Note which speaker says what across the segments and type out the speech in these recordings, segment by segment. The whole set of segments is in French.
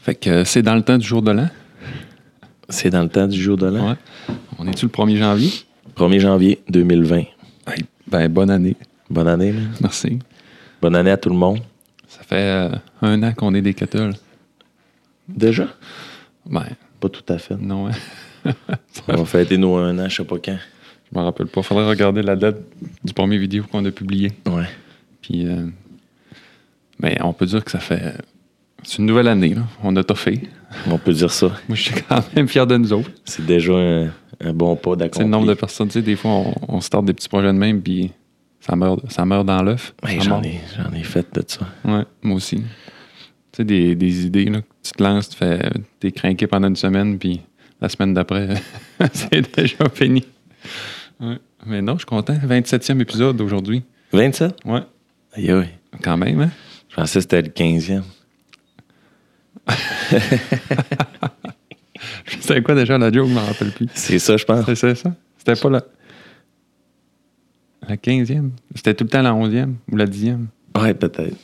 Speaker 1: Fait que euh, c'est dans le temps du jour de l'an.
Speaker 2: C'est dans le temps du jour de l'an.
Speaker 1: Ouais. On est-tu le 1er janvier?
Speaker 2: 1er janvier 2020.
Speaker 1: Hey, Ben, bonne année.
Speaker 2: Bonne année, man.
Speaker 1: Merci.
Speaker 2: Bonne année à tout le monde.
Speaker 1: Ça fait euh, un an qu'on est des Cathol.
Speaker 2: Déjà?
Speaker 1: Ben,
Speaker 2: Pas tout à fait.
Speaker 1: non. hein.
Speaker 2: On va fêter nos un an, je sais pas quand.
Speaker 1: Je m'en rappelle pas. Faudrait regarder la date du premier vidéo qu'on a publié.
Speaker 2: Ouais.
Speaker 1: Puis, euh, ben, on peut dire que ça fait. C'est une nouvelle année, là. On a toffé.
Speaker 2: On peut dire ça.
Speaker 1: Moi, je suis quand même fier de nous autres.
Speaker 2: C'est déjà un, un bon
Speaker 1: C'est
Speaker 2: pas
Speaker 1: le
Speaker 2: d'accompli.
Speaker 1: nombre de personnes, tu sais, des fois, on, on se tente des petits projets de même, puis ça meurt, ça meurt dans l'œuf.
Speaker 2: Ouais,
Speaker 1: Ça
Speaker 2: j'en
Speaker 1: mord.
Speaker 2: ai, j'en ai fait de ça.
Speaker 1: Ouais, moi aussi. Tu sais, des, des idées, là, que tu te lances, tu fais, t'es craqué pendant une semaine, puis la semaine d'après, c'est déjà fini. Ouais. Mais non, je suis content. 27e épisode aujourd'hui.
Speaker 2: 27?
Speaker 1: Ouais,
Speaker 2: Aïe, aïe.
Speaker 1: quand même, hein?
Speaker 2: Je pensais que c'était le 15e.
Speaker 1: C'était quoi déjà la joke, je m'en rappelle plus.
Speaker 2: C'est ça, je pense.
Speaker 1: C'est ça, ça? C'était pas la... La 15e? C'était tout le temps la 11e ou la 10e?
Speaker 2: Ouais, peut-être.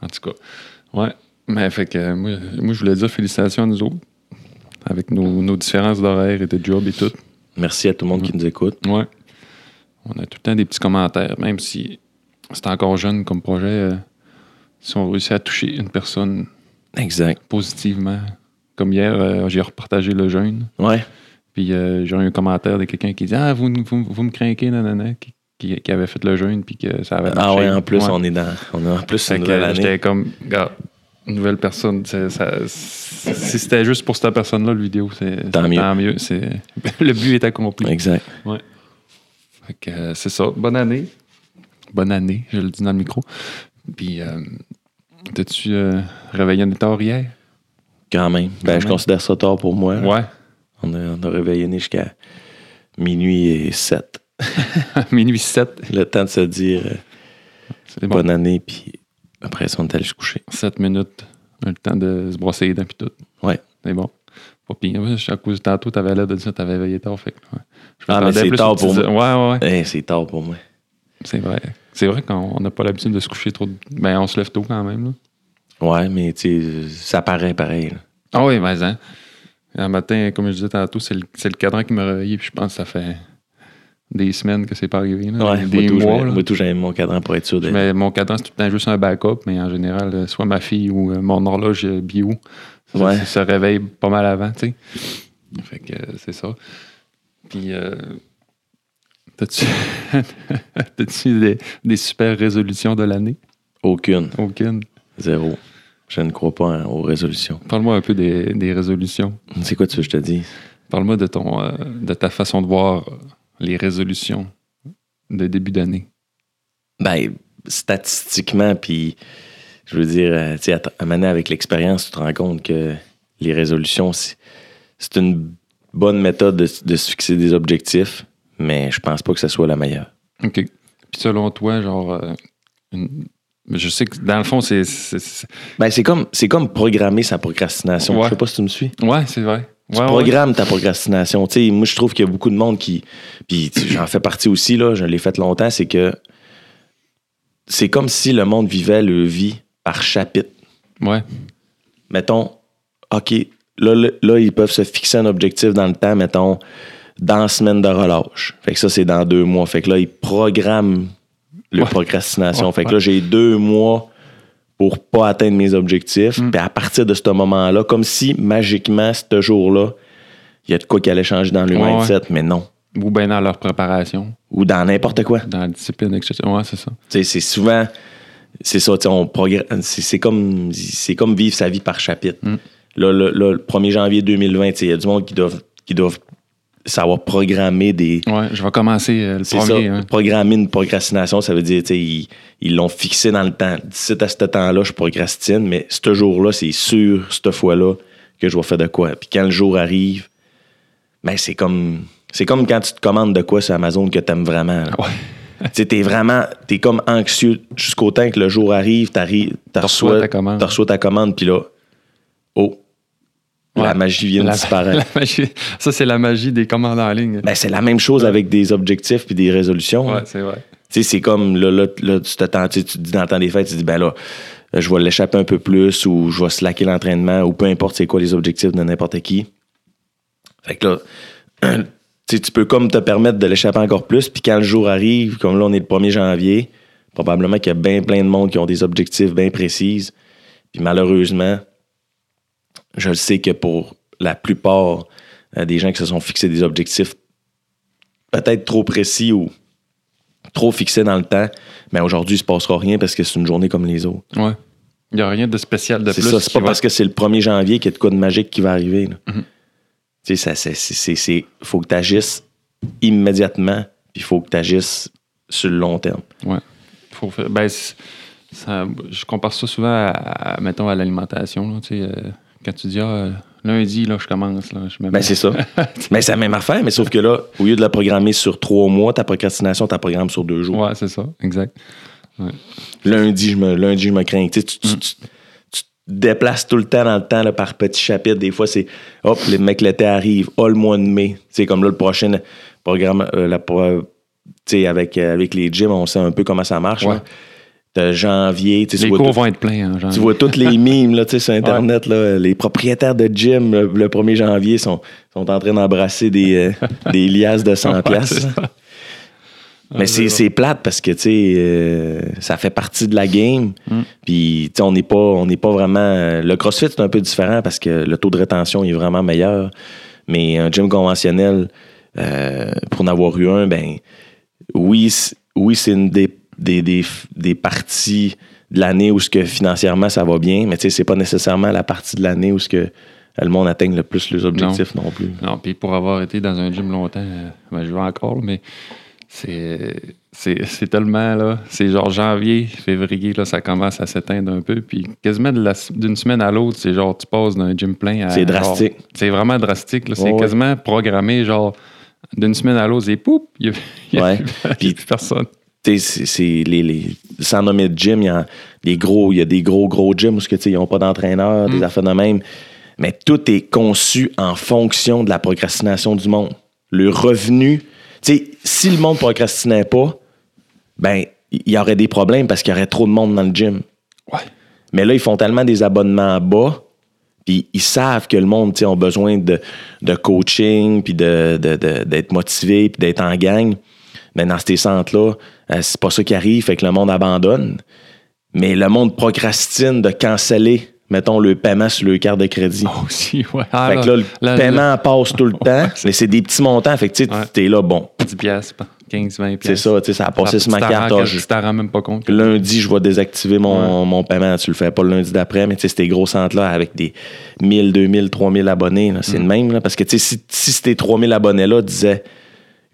Speaker 1: En tout cas, ouais. Mais fait que euh, moi, moi, je voulais dire félicitations à nous autres, avec nos, nos différences d'horaire et de job et tout.
Speaker 2: Merci à tout le monde
Speaker 1: Mm.
Speaker 2: qui nous écoute.
Speaker 1: Ouais. On a tout le temps des petits commentaires, même si c'est encore jeune comme projet. euh, si on réussit à toucher une personne
Speaker 2: Exact.
Speaker 1: positivement, comme hier, euh, j'ai repartagé le jeûne,
Speaker 2: Ouais.
Speaker 1: puis euh, j'ai eu un commentaire de quelqu'un qui dit Ah, vous, vous, vous me craquez, nanana, qui, qui, qui avait fait le jeûne, puis que ça avait
Speaker 2: Ah
Speaker 1: marché.
Speaker 2: ouais, en plus, on est dans. On a en plus
Speaker 1: Fait
Speaker 2: une
Speaker 1: que
Speaker 2: nouvelle
Speaker 1: euh,
Speaker 2: année.
Speaker 1: j'étais comme, gars, une nouvelle personne, c'est- ça- si c'était juste pour cette personne-là, le vidéo, c'est
Speaker 2: Tant
Speaker 1: c'est
Speaker 2: mieux.
Speaker 1: c'est- le but est accompli.
Speaker 2: Exact.
Speaker 1: Fait que, euh, c'est ça. Bonne année. Bonne année, je le dis dans le micro. Puis, euh, t'as-tu euh, réveillé un tard hier?
Speaker 2: Quand même. Ben,
Speaker 1: Quand
Speaker 2: je
Speaker 1: même.
Speaker 2: considère ça tard pour moi.
Speaker 1: Ouais.
Speaker 2: On a, on a réveillé jusqu'à minuit et 7.
Speaker 1: Minuit 7.
Speaker 2: Le temps de se dire euh,
Speaker 1: C'est bon.
Speaker 2: bonne année, puis après ça, on est allé se coucher.
Speaker 1: 7 minutes. On a Le temps de se brosser les dents puis tout.
Speaker 2: Ouais.
Speaker 1: C'est bon. Pas pire. Ouais, À cause de tantôt, t'avais l'air de dire que t'avais réveillé tard. Fait que, ouais. Je
Speaker 2: Ah, mais
Speaker 1: m'attendais
Speaker 2: c'est
Speaker 1: plus
Speaker 2: tard
Speaker 1: aux petits-
Speaker 2: pour moi.
Speaker 1: Ouais, ouais, ouais.
Speaker 2: Hey, Eh, c'est tard pour moi.
Speaker 1: C'est vrai. C'est vrai qu'on on n'a pas l'habitude de se coucher trop. de- Ben, on se lève tôt quand même. là.
Speaker 2: Ouais, mais tu sais, ça paraît pareil. là.
Speaker 1: Ah oui, mais hein. Un matin, comme je disais tantôt, c'est le, c'est le cadran qui m'a réveillé, puis je pense que ça fait des semaines que c'est pas arrivé. là.
Speaker 2: Ouais,
Speaker 1: des
Speaker 2: moi, tout, je
Speaker 1: mois.
Speaker 2: mets-
Speaker 1: là.
Speaker 2: moi, tout, j'aime mon cadran pour être sûr de.
Speaker 1: Mais mon cadran, c'est tout le temps juste un backup, mais en général, euh, soit ma fille ou euh, mon horloge euh, bio ça-
Speaker 2: Ouais.
Speaker 1: ça se réveille pas mal avant, tu sais. Fait que euh, c'est ça. Puis, euh, t'as-tu t'as-tu des, des super résolutions de l'année?
Speaker 2: Aucune.
Speaker 1: Aucune.
Speaker 2: Zéro. Je ne crois pas en- aux résolutions.
Speaker 1: Parle-moi un peu des, des résolutions.
Speaker 2: C'est quoi, tu veux que je te dise?
Speaker 1: Parle-moi de, ton, euh, de ta façon de voir euh, les résolutions de début d'année.
Speaker 2: Ben, statistiquement, puis je veux dire, euh, tu sais, à, t- à un moment donné, avec l'expérience, tu te rends compte que les résolutions, c'est c'est une bonne méthode de, de se fixer des objectifs, mais je pense pas que ce soit la meilleure.
Speaker 1: OK. Puis selon toi, genre, euh, une- je sais que dans le fond, c'est. c'est- c'est-
Speaker 2: Ben, c'est comme, c'est comme programmer sa procrastination.
Speaker 1: Ouais.
Speaker 2: Je sais pas si tu me suis.
Speaker 1: Ouais, c'est vrai.
Speaker 2: Tu
Speaker 1: Ouais, ouais.
Speaker 2: programmes ta procrastination. Tu sais, moi, je trouve qu'il y a beaucoup de monde qui. Puis tu- j'en fais partie aussi, là, je l'ai fait longtemps, c'est que c'est comme si le monde vivait le vie par chapitre.
Speaker 1: Ouais.
Speaker 2: mettons, OK, là, le- là, ils peuvent se fixer un objectif dans le temps, mettons, dans la semaine de relâche. Fait que ça, c'est dans deux mois. Fait que là, ils programment le
Speaker 1: Ouais.
Speaker 2: procrastination.
Speaker 1: Ouais,
Speaker 2: fait que
Speaker 1: ouais.
Speaker 2: là, j'ai deux mois pour pas atteindre mes objectifs.
Speaker 1: Mm.
Speaker 2: Puis à partir de ce moment-là, comme si magiquement, ce jour-là, il y a de quoi qui allait changer dans le
Speaker 1: Ouais, ouais.
Speaker 2: mindset, mais non.
Speaker 1: Ou bien dans leur préparation,
Speaker 2: Ou dans n'importe quoi.
Speaker 1: dans la discipline, etc. Ouais, c'est ça.
Speaker 2: Tu sais, c'est souvent. C'est ça, tu sais, on progr- c'est c'est comme, c'est comme vivre sa vie par chapitre.
Speaker 1: Mm.
Speaker 2: Là, là, là, le 1er janvier 2020, tu sais, il y a du monde qui doivent, qui doivent savoir programmer des.
Speaker 1: Ouais, je vais commencer euh, le
Speaker 2: C'est ça,
Speaker 1: premier. hein.
Speaker 2: programmer une procrastination, ça veut dire, tu sais, ils ils l'ont fixé dans le temps. D'ici à ce temps-là, je procrastine, mais ce jour-là, c'est sûr, cette fois-là, que je vais faire de quoi. Puis quand le jour arrive, ben, c'est comme. C'est comme quand tu te commandes de quoi sur Amazon que t'aimes vraiment. là.
Speaker 1: Ouais.
Speaker 2: Tu sais, t'es vraiment, t'es comme anxieux jusqu'au temps que le jour arrive, t'arrives, t'as
Speaker 1: reçois
Speaker 2: reçois,
Speaker 1: ta commande.
Speaker 2: t'as reçois ta commande, puis là, oh, la
Speaker 1: Ouais.
Speaker 2: magie vient de
Speaker 1: La-
Speaker 2: disparaître.
Speaker 1: la magie- ça, c'est la magie des commandes en ligne.
Speaker 2: Ben, c'est la même chose avec des objectifs puis des résolutions.
Speaker 1: ouais, c'est vrai.
Speaker 2: sais, c'est comme là, là, là, tu t'attends, tu sais, tu te dis dans le temps des fêtes, tu te dis ben là, je vais l'échapper un peu plus ou je vais slacker l'entraînement ou peu importe c'est quoi les objectifs de n'importe qui. Fait que là, tu sais, tu peux comme te permettre de l'échapper encore plus. Puis quand le jour arrive, comme là, on est le 1er janvier, probablement qu'il y a bien plein de monde qui ont des objectifs bien précis. Puis malheureusement, je le sais que pour la plupart euh, des gens qui se sont fixés des objectifs peut-être trop précis ou trop fixés dans le temps, mais aujourd'hui, il se passera rien parce que c'est une journée comme les autres.
Speaker 1: Ouais. Il n'y a rien de spécial de
Speaker 2: C'est
Speaker 1: plus.
Speaker 2: ça, c'est
Speaker 1: qui
Speaker 2: pas
Speaker 1: va- Mhm.
Speaker 2: parce que c'est le 1er janvier qu'il y a de quoi de magique qui va arriver. là. Tu sais, ça, c'est- c'est- c'est- c'est- faut que tu agisses immédiatement, puis il faut que tu agisses sur le long terme.
Speaker 1: Ouais. Faut faire- ben, c'est- ça- je compare ça souvent à, à- mettons, à l'alimentation. là, tu sais, euh, quand tu dis, ah, euh, lundi, là, je commence. Là, je me
Speaker 2: Ben, c'est ça. mais c'est la même affaire, mais sauf que là, au lieu de la programmer sur trois mois, ta procrastination, tu la programmes sur deux jours.
Speaker 1: Ouais, c'est ça, exact.
Speaker 2: Lundi, je me, lundi, je me crains. Tu, sais, tu,
Speaker 1: Mm.
Speaker 2: tu- tu- tu te déplaces tout le temps dans le temps là, par petits chapitres. Des fois, c'est hop, le mec, l'été arrive. Oh, le mois de mai. Tu sais, comme là, le prochain programme, euh, la pro- tu sais, avec, euh, avec les gyms, on sait un peu comment ça marche.
Speaker 1: Ouais.
Speaker 2: là. T'as janvier. tu sais,
Speaker 1: Les
Speaker 2: tu vois
Speaker 1: cours
Speaker 2: tout-
Speaker 1: vont être pleins. hein, genre.
Speaker 2: Tu vois toutes les mimes là, tu sais, sur Internet. là, les propriétaires de gym, le, le 1er janvier, sont, sont en train d'embrasser des, euh, des liasses de 100
Speaker 1: Ouais,
Speaker 2: piastres. hein.
Speaker 1: c'est ça.
Speaker 2: Mais c'est, c'est plate parce que, tu sais, euh, ça fait partie de la game. Puis, tu sais, on n'est pas, on n'est pas vraiment... euh, Le CrossFit, c'est un peu différent parce que le taux de rétention est vraiment meilleur. Mais un gym conventionnel, euh, pour en avoir eu un, ben oui, c'est- oui c'est une des, des, des, des parties de l'année où ce que financièrement, ça va bien. Mais, tu sais, c'est pas nécessairement la partie de l'année où ce que euh, le monde atteigne le plus les objectifs non plus.
Speaker 1: Non, puis pour avoir été dans un gym longtemps, euh, ben, je vais encore, mais c'est c'est- c'est tellement, là, c'est genre janvier, février, là, ça commence à s'éteindre un peu, puis quasiment de la- d'une semaine à l'autre, c'est genre, tu passes d'un gym plein à...
Speaker 2: C'est drastique.
Speaker 1: genre, C'est vraiment drastique, là, c'est
Speaker 2: Ouais, ouais.
Speaker 1: quasiment programmé, genre, d'une semaine à l'autre, c'est poup, il n'y a, il y a
Speaker 2: Ouais.
Speaker 1: plus- il y a
Speaker 2: Puis-
Speaker 1: plus personne.
Speaker 2: tu sais, c'est- c'est les, les- sans nommer de gym, il y a des gros, il y a des gros gros gyms où ce que, tu sais, ils n'ont pas d'entraîneur, des affaires de même. Mais tout est conçu en fonction de la procrastination du monde. Le revenu, tu sais, si le monde procrastinait pas, ben il y aurait des problèmes parce qu'il y aurait trop de monde dans le gym.
Speaker 1: Ouais.
Speaker 2: Mais là, ils font tellement des abonnements bas, puis ils savent que le monde, tu sais, ont besoin de, de coaching, puis de- de- de- d'être motivé, puis d'être en gang. Mais dans ces centres-là, euh, c'est pas ça qui arrive, fait que le monde abandonne. Mais le monde procrastine de canceller, mettons, le paiement sur le carte de crédit.
Speaker 1: Aussi, ouais. Ah,
Speaker 2: fait que Ah, là, le paiement passe tout le temps, mais c'est des petits montants, fait que tu sais,
Speaker 1: Ouais.
Speaker 2: t'es là, bon,
Speaker 1: 10 piastres, 15, 20
Speaker 2: c'est
Speaker 1: piastres.
Speaker 2: ça, tu sais, ça a passé sur ma
Speaker 1: Tu t'en
Speaker 2: carte.
Speaker 1: rends-
Speaker 2: ah, je-
Speaker 1: Tu t'en rends même pas compte.
Speaker 2: lundi, je vais désactiver mon, mon paiement. Tu le fais pas le lundi d'après, mais tu sais, c'est tes gros centres-là avec des 1000, 2000, 3000 abonnés, là, c'est le même. là. parce que tu sais, si, si ces 3000 abonnés-là disaient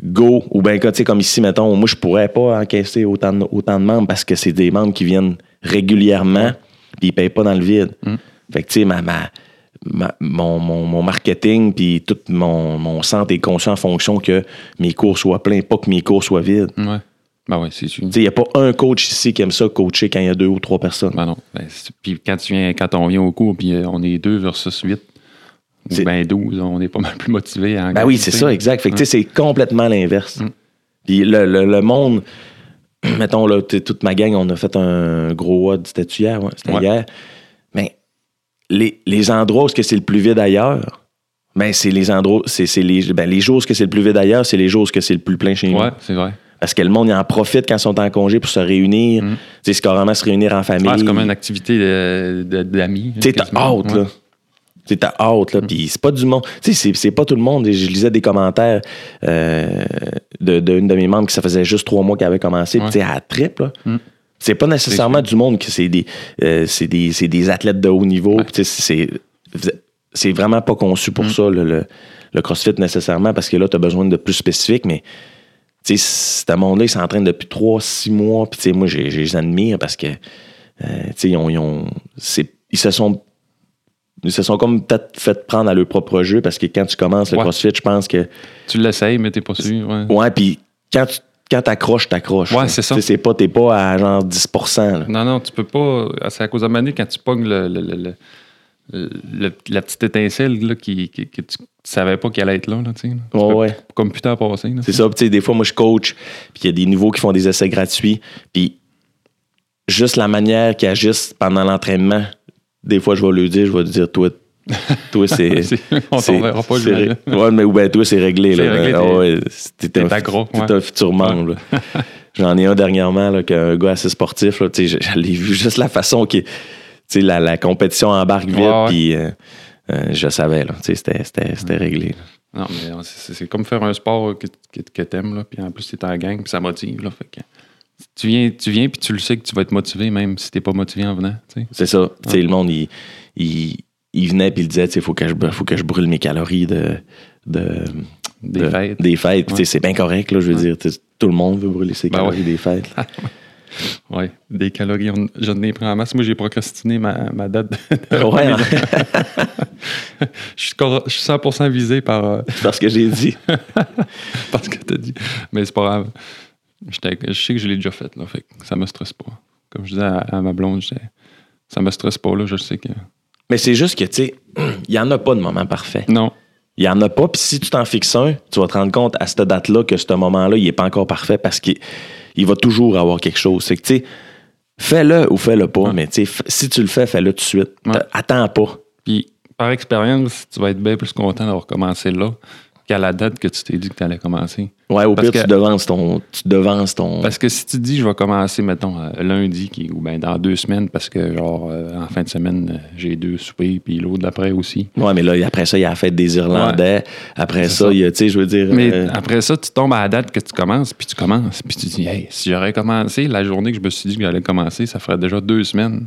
Speaker 2: go, ou bien tu sais, comme ici, mettons, moi, je pourrais pas encaisser autant de, autant de membres parce que c'est des membres qui viennent régulièrement puis ils payent pas dans le vide. Fait que tu sais, ma- ma- ma- mon, mon- mon marketing puis tout mon, mon centre est conçu en fonction que mes cours soient pleins, pas que mes cours soient vides.
Speaker 1: Ouais. Ben ouais, c'est sûr.
Speaker 2: Tu sais, Il n'y a pas un coach ici qui aime ça coacher quand il y a deux ou trois personnes.
Speaker 1: Ben non. Ben, c'est- puis quand, tu viens, quand on vient au cours, puis euh, on est 2 versus 8, ou
Speaker 2: C'est-
Speaker 1: ben 12, on est pas mal plus motivé. à
Speaker 2: Ben oui, c'est
Speaker 1: engager,
Speaker 2: ça, exact. Fait que tu sais, c'est complètement l'inverse. Puis le, le- le monde, mettons, là, tu sais, toute ma gang, on a fait un gros WOD, c'était hier, ouais, c'était
Speaker 1: Ouais.
Speaker 2: hier. Mais les, les endroits où est-ce que c'est le plus vide ailleurs, ben c'est les endroits, c'est c'est les, ben, les jours où est-ce que c'est le plus vide ailleurs, c'est les jours où est-ce que c'est le plus plein chez nous.
Speaker 1: Ouais, c'est vrai.
Speaker 2: Parce que le monde, il en profite quand ils sont en congé pour se réunir. Tu sais, Mm. C'est carrément se réunir en famille.
Speaker 1: Ah, c'est comme une activité de- de- d'amis.
Speaker 2: Tu sais, t'as
Speaker 1: quasiment.
Speaker 2: hâte,
Speaker 1: Ouais. Mm.
Speaker 2: là. Tu sais, t'as hâte, là. Puis c'est pas du monde. Tu sais, c'est- c'est pas tout le monde. Je lisais des commentaires euh, de, de une de mes membres qui ça faisait juste trois mois qu'elle avait commencé. Puis tu sais, elle triple, là. C'est pas nécessairement du monde que c'est des, euh, c'est des, c'est des athlètes de haut niveau. Puis tu sais, c'est- c'est vraiment pas conçu
Speaker 1: Mm.
Speaker 2: pour ça, le, le, le CrossFit, nécessairement, parce que là, t'as besoin de plus spécifique, mais tu sais, ce monde-là, ils s'entraînent depuis 3-6 mois. Puis, tu sais, moi, j'ai- je les admire parce que, euh, tu sais, ils, ont- ils ont- c'est- ils se sont. Ils se sont comme peut-être fait prendre à leur propre jeu parce que quand tu commences le
Speaker 1: Ouais.
Speaker 2: CrossFit, je pense que.
Speaker 1: Tu l'essayes, mais t'es pas sûr. Ouais.
Speaker 2: Ouais, puis quand tu quand t'accroches, t'accroches.
Speaker 1: Ouais,
Speaker 2: là.
Speaker 1: c'est ça.
Speaker 2: Tu sais, C'est pas, t'es pas à genre 10 là.
Speaker 1: Non, non, tu peux pas. C'est à cause de la manie, quand tu pognes le, le- le- le- le- la petite étincelle là, qui, qui- que tu savais pas qu'elle allait être là. là, tu sais, là. Tu
Speaker 2: Ouais,
Speaker 1: peux
Speaker 2: ouais.
Speaker 1: p- Comme putain passer. là.
Speaker 2: C'est ça. Puis, tu sais, des fois, moi, je coach, puis il y a des nouveaux qui font des essais gratuits. Puis, juste la manière qu'ils agissent pendant l'entraînement, des fois, je vais lui dire, je vais lui dire, toi, toi c'est.
Speaker 1: C'est- on
Speaker 2: c'est-
Speaker 1: t'en verra pas,
Speaker 2: c'est
Speaker 1: j'imagine.
Speaker 2: ré- Ouais, mais ou ben, toi, c'est réglé.
Speaker 1: C'est
Speaker 2: là.
Speaker 1: réglé,
Speaker 2: Ah
Speaker 1: t'es-
Speaker 2: ouais, t'es
Speaker 1: t'es
Speaker 2: un,
Speaker 1: accro,
Speaker 2: t'es
Speaker 1: ouais.
Speaker 2: un futur membre. là. J'en ai un dernièrement, là, qu'un gars assez sportif, là, tu sais, je, je l'ai vu juste la façon qu'il. tu sais, la, la compétition embarque vite,
Speaker 1: Ouais, ouais.
Speaker 2: puis euh, euh, je savais, là, tu sais, c'était- c'était c'était réglé. là.
Speaker 1: Non, mais on- c'est- c'est c'est comme faire un sport que, que, que t'aimes, là, puis en plus, t'es en gang, puis ça motive. Là, fait que tu viens, tu viens, puis tu le sais que tu vas être motivé, même si t'es pas motivé en venant. tu sais.
Speaker 2: C'est ça. Tu sais, le monde, il, il, il venait puis il disait, tu sais, faut que je, faut que je brûle mes calories de, de-
Speaker 1: Des
Speaker 2: de-
Speaker 1: fêtes.
Speaker 2: Des fêtes. Puis, tu sais,
Speaker 1: Ouais.
Speaker 2: c'est bien correct, là, je veux dire. tu sais, Tout le monde veut brûler ses
Speaker 1: Ben
Speaker 2: calories des fêtes. là.
Speaker 1: Ouais, des calories, on- je n'ai pris en masse. Moi, j'ai procrastiné ma, ma date. de-
Speaker 2: ouais, hein,
Speaker 1: je, suis cor- je suis 100% visé par, euh,
Speaker 2: parce que j'ai dit.
Speaker 1: par ce que t'as dit. Mais c'est pas grave. J'étais- Je sais que je l'ai déjà fait, là, fait que ça me stresse pas. Comme je disais à, à ma blonde, j'étais- ça me stresse pas, là, je sais que...
Speaker 2: Mais c'est juste que, tu sais, il n'y en a pas de moment parfait.
Speaker 1: Non,
Speaker 2: Il n'y en a pas. Puis si tu t'en fixes un, tu vas te rendre compte à cette date-là que ce moment-là, il n'est pas encore parfait parce qu'il il va toujours avoir quelque chose. C'est que, tu sais, fais-le ou fais-le pas.
Speaker 1: Ouais.
Speaker 2: Mais, tu sais, f- si tu le fais, fais-le tout de suite.
Speaker 1: Ouais.
Speaker 2: T- Attends pas.
Speaker 1: Puis, par expérience, tu vas être bien plus content d'avoir commencé là qu'à la date que tu t'es dit que tu allais commencer.
Speaker 2: Ouais, au
Speaker 1: Parce
Speaker 2: pire,
Speaker 1: que-
Speaker 2: tu devances ton. Tu devances ton.
Speaker 1: Parce que si tu te dis, je vais commencer, mettons, euh, lundi qui- ou ben, dans deux semaines, parce que, genre, euh, en fin de semaine, euh, j'ai deux soupers, puis l'autre d'après aussi.
Speaker 2: Ouais, mais là, après ça, il y a la fête des Irlandais. Après
Speaker 1: C'est
Speaker 2: ça,
Speaker 1: ça.
Speaker 2: il y a, tu sais, je veux dire.
Speaker 1: Mais
Speaker 2: euh,
Speaker 1: après ça, tu tombes à la date que tu commences, puis tu commences, puis tu dis, hey, si j'aurais commencé la journée que je me suis dit que j'allais commencer, ça ferait déjà deux semaines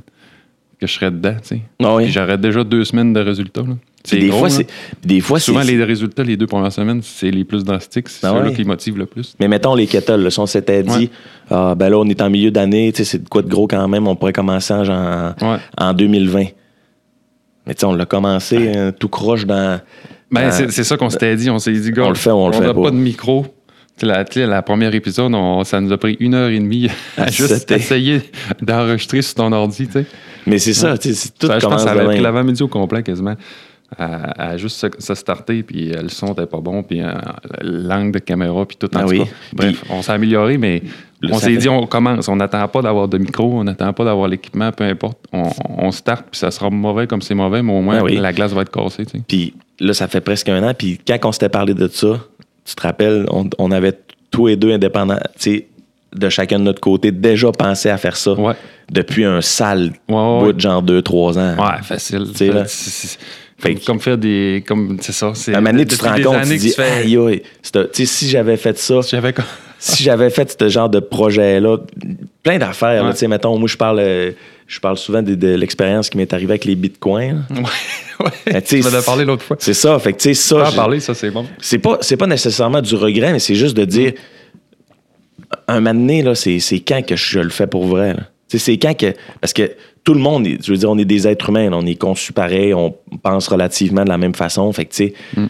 Speaker 1: que je serais dedans, tu sais.
Speaker 2: ah ouais.
Speaker 1: Puis j'aurais déjà deux semaines de résultats, là.
Speaker 2: Puis des,
Speaker 1: gros,
Speaker 2: fois,
Speaker 1: là.
Speaker 2: c'est- des fois, c'est.
Speaker 1: Souvent, les résultats, les deux premières semaines, c'est les plus drastiques. C'est
Speaker 2: Ah
Speaker 1: ceux-là
Speaker 2: ouais?
Speaker 1: qui motivent le plus.
Speaker 2: Mais mettons les kettles, là, si on s'était dit,
Speaker 1: Ouais.
Speaker 2: ah, ben là, on est en milieu d'année, tu sais, c'est de quoi de gros quand même, on pourrait commencer en, genre-
Speaker 1: Ouais.
Speaker 2: en 2020. Mais tu sais, on l'a commencé hein, tout croche dans.
Speaker 1: Ben,
Speaker 2: dans-
Speaker 1: c'est c'est ça qu'on s'était dit. On s'est dit, gars,
Speaker 2: Euh, On le fait ou on le fait
Speaker 1: n'a
Speaker 2: pas.
Speaker 1: pas de micro. Tu sais, La, tu sais, la première épisode, on- ça nous a pris une heure et demie à
Speaker 2: À
Speaker 1: juste
Speaker 2: setter.
Speaker 1: essayer d'enregistrer sur ton ordi. tu sais.
Speaker 2: Mais c'est ça, tu sais, c'est- tout
Speaker 1: Ça, je pense
Speaker 2: commence
Speaker 1: que ça avait
Speaker 2: de
Speaker 1: pris
Speaker 2: même.
Speaker 1: l'avant-midi au complet quasiment. À, à juste se, se starter, puis euh, le son n'était pas bon, puis euh, l'angle de caméra, puis tout en
Speaker 2: Ah
Speaker 1: tout
Speaker 2: oui.
Speaker 1: cas. Bref, on s'est amélioré, mais
Speaker 2: Le-
Speaker 1: on
Speaker 2: ça
Speaker 1: s'est
Speaker 2: fait-
Speaker 1: dit, on commence. On n'attend pas d'avoir de micro, on n'attend pas d'avoir l'équipement, peu importe. On, on start, puis ça sera mauvais comme c'est mauvais, mais au moins,
Speaker 2: Ah oui.
Speaker 1: la glace va être cassée. tu sais.
Speaker 2: Puis là, ça fait presque un an. Puis quand on s'était parlé de ça, tu te rappelles, on, on avait tous les deux indépendants, tu sais, de chacun de notre côté, déjà pensé à faire ça
Speaker 1: Ouais.
Speaker 2: depuis un sale
Speaker 1: Ouais, ouais,
Speaker 2: bout
Speaker 1: ouais.
Speaker 2: de genre 2-3 ans.
Speaker 1: Ouais, facile.
Speaker 2: sais, là.
Speaker 1: Fait- c'est- c'est-
Speaker 2: Fait
Speaker 1: comme,
Speaker 2: que-
Speaker 1: comme faire des. Comme, c'est ça. C'est,
Speaker 2: À un moment donné, tu te
Speaker 1: depuis
Speaker 2: rends
Speaker 1: des
Speaker 2: compte,
Speaker 1: années
Speaker 2: tu
Speaker 1: que
Speaker 2: dis,
Speaker 1: fais-
Speaker 2: aïe, aïe, c'est un- tu sais, si j'avais fait ça,
Speaker 1: J'avais comme-
Speaker 2: si j'avais fait ce genre de projet-là, plein d'affaires, là,
Speaker 1: Ouais.
Speaker 2: tu sais, mettons, moi, je parle, euh, je parle souvent de, de l'expérience qui m'est arrivée avec les bitcoins. là.
Speaker 1: Ouais,
Speaker 2: Mais
Speaker 1: ouais.
Speaker 2: tu sais,
Speaker 1: Tu m'en as
Speaker 2: c'est-
Speaker 1: parlé l'autre fois.
Speaker 2: C'est ça, fait que, tu sais, ça,
Speaker 1: Pas à
Speaker 2: je-
Speaker 1: parler, ça, c'est bon.
Speaker 2: c'est pas, c'est pas nécessairement du regret, mais c'est juste de dire un moment donné, là, c'est, c'est quand que je le fais pour vrai. là. Tu sais, C'est quand que. Parce que tout le monde, est- je veux dire, on est des êtres humains, là, on est conçus pareil, on pense relativement de la même façon. Fait que, tu sais,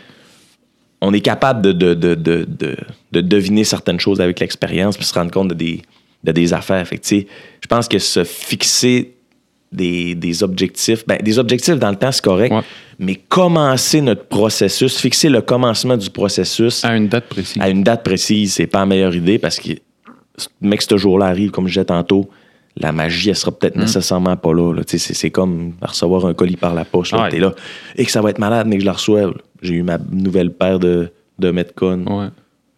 Speaker 2: on est capable de, de, de, de, de- de deviner certaines choses avec l'expérience puis se rendre compte de des, de des affaires. Fait que, tu sais, je pense que se fixer des, des objectifs, ben, des objectifs dans le temps, c'est correct,
Speaker 1: Ouais.
Speaker 2: mais commencer notre processus, fixer le commencement du processus
Speaker 1: À une date précise.
Speaker 2: à une date précise, c'est pas la meilleure idée parce que, mec, que ce jour-là arrive, comme je disais tantôt, la magie, elle sera
Speaker 1: Mm.
Speaker 2: peut-être nécessairement pas là. là. Tu sais, C'est c'est comme recevoir un colis par la poche. Là,
Speaker 1: Ouais.
Speaker 2: T'es là, et que ça va être malade, mais que je la reçoive. J'ai eu ma nouvelle paire de, de Metcon.
Speaker 1: Ouais.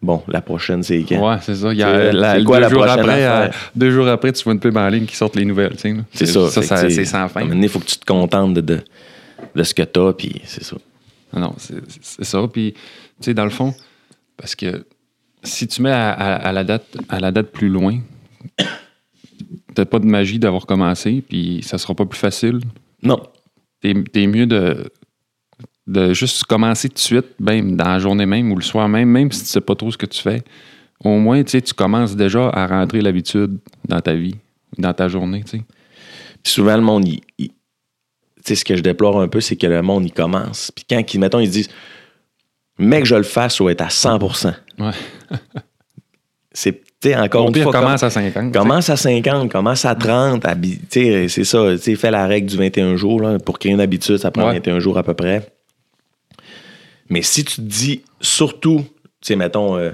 Speaker 2: Bon, la prochaine, c'est quand?
Speaker 1: Ouais, c'est ça. Il y a,
Speaker 2: C'est-
Speaker 1: la-
Speaker 2: c'est
Speaker 1: deux,
Speaker 2: quoi la
Speaker 1: jours
Speaker 2: prochaine
Speaker 1: après,
Speaker 2: affaire?
Speaker 1: euh, deux jours après, tu vois une pub en ligne qui sortent les nouvelles. tu sais, là.
Speaker 2: C'est ça.
Speaker 1: ça,
Speaker 2: Fait que, tu sais,
Speaker 1: c'est sans
Speaker 2: À un
Speaker 1: fin.
Speaker 2: moment donné, il faut que tu te contentes de, de, de ce que t'as, puis c'est ça.
Speaker 1: Ah Non, c'est c'est ça. Puis, tu sais, dans le fond, parce que si tu mets à, à- à la, date, à la date plus loin, t'as pas de magie d'avoir commencé, puis ça sera pas plus facile.
Speaker 2: Non.
Speaker 1: T'es t'es mieux de, de juste commencer tout de suite, même dans la journée même ou le soir même, même si tu sais pas trop ce que tu fais. Au moins, tu sais, tu commences déjà à rentrer l'habitude dans ta vie, dans ta journée, tu sais.
Speaker 2: Puis souvent, le monde, il- il- tu sais, ce que je déplore un peu, c'est que le monde, il commence. Puis quand, ils, mettons, ils disent, mec, je le fasse, ou être à 100
Speaker 1: Ouais.
Speaker 2: c'est, tu sais, Tu sais, encore
Speaker 1: Au
Speaker 2: une
Speaker 1: pire,
Speaker 2: fois,
Speaker 1: commence
Speaker 2: comme-
Speaker 1: à 50,
Speaker 2: Commence à 50, commence à 30. habi- tu sais, C'est ça, tu sais, fais la règle du 21 jours. là. pour créer une habitude, ça prend
Speaker 1: Ouais.
Speaker 2: 21 jours à peu près. Mais si tu te dis surtout, tu sais, mettons, euh,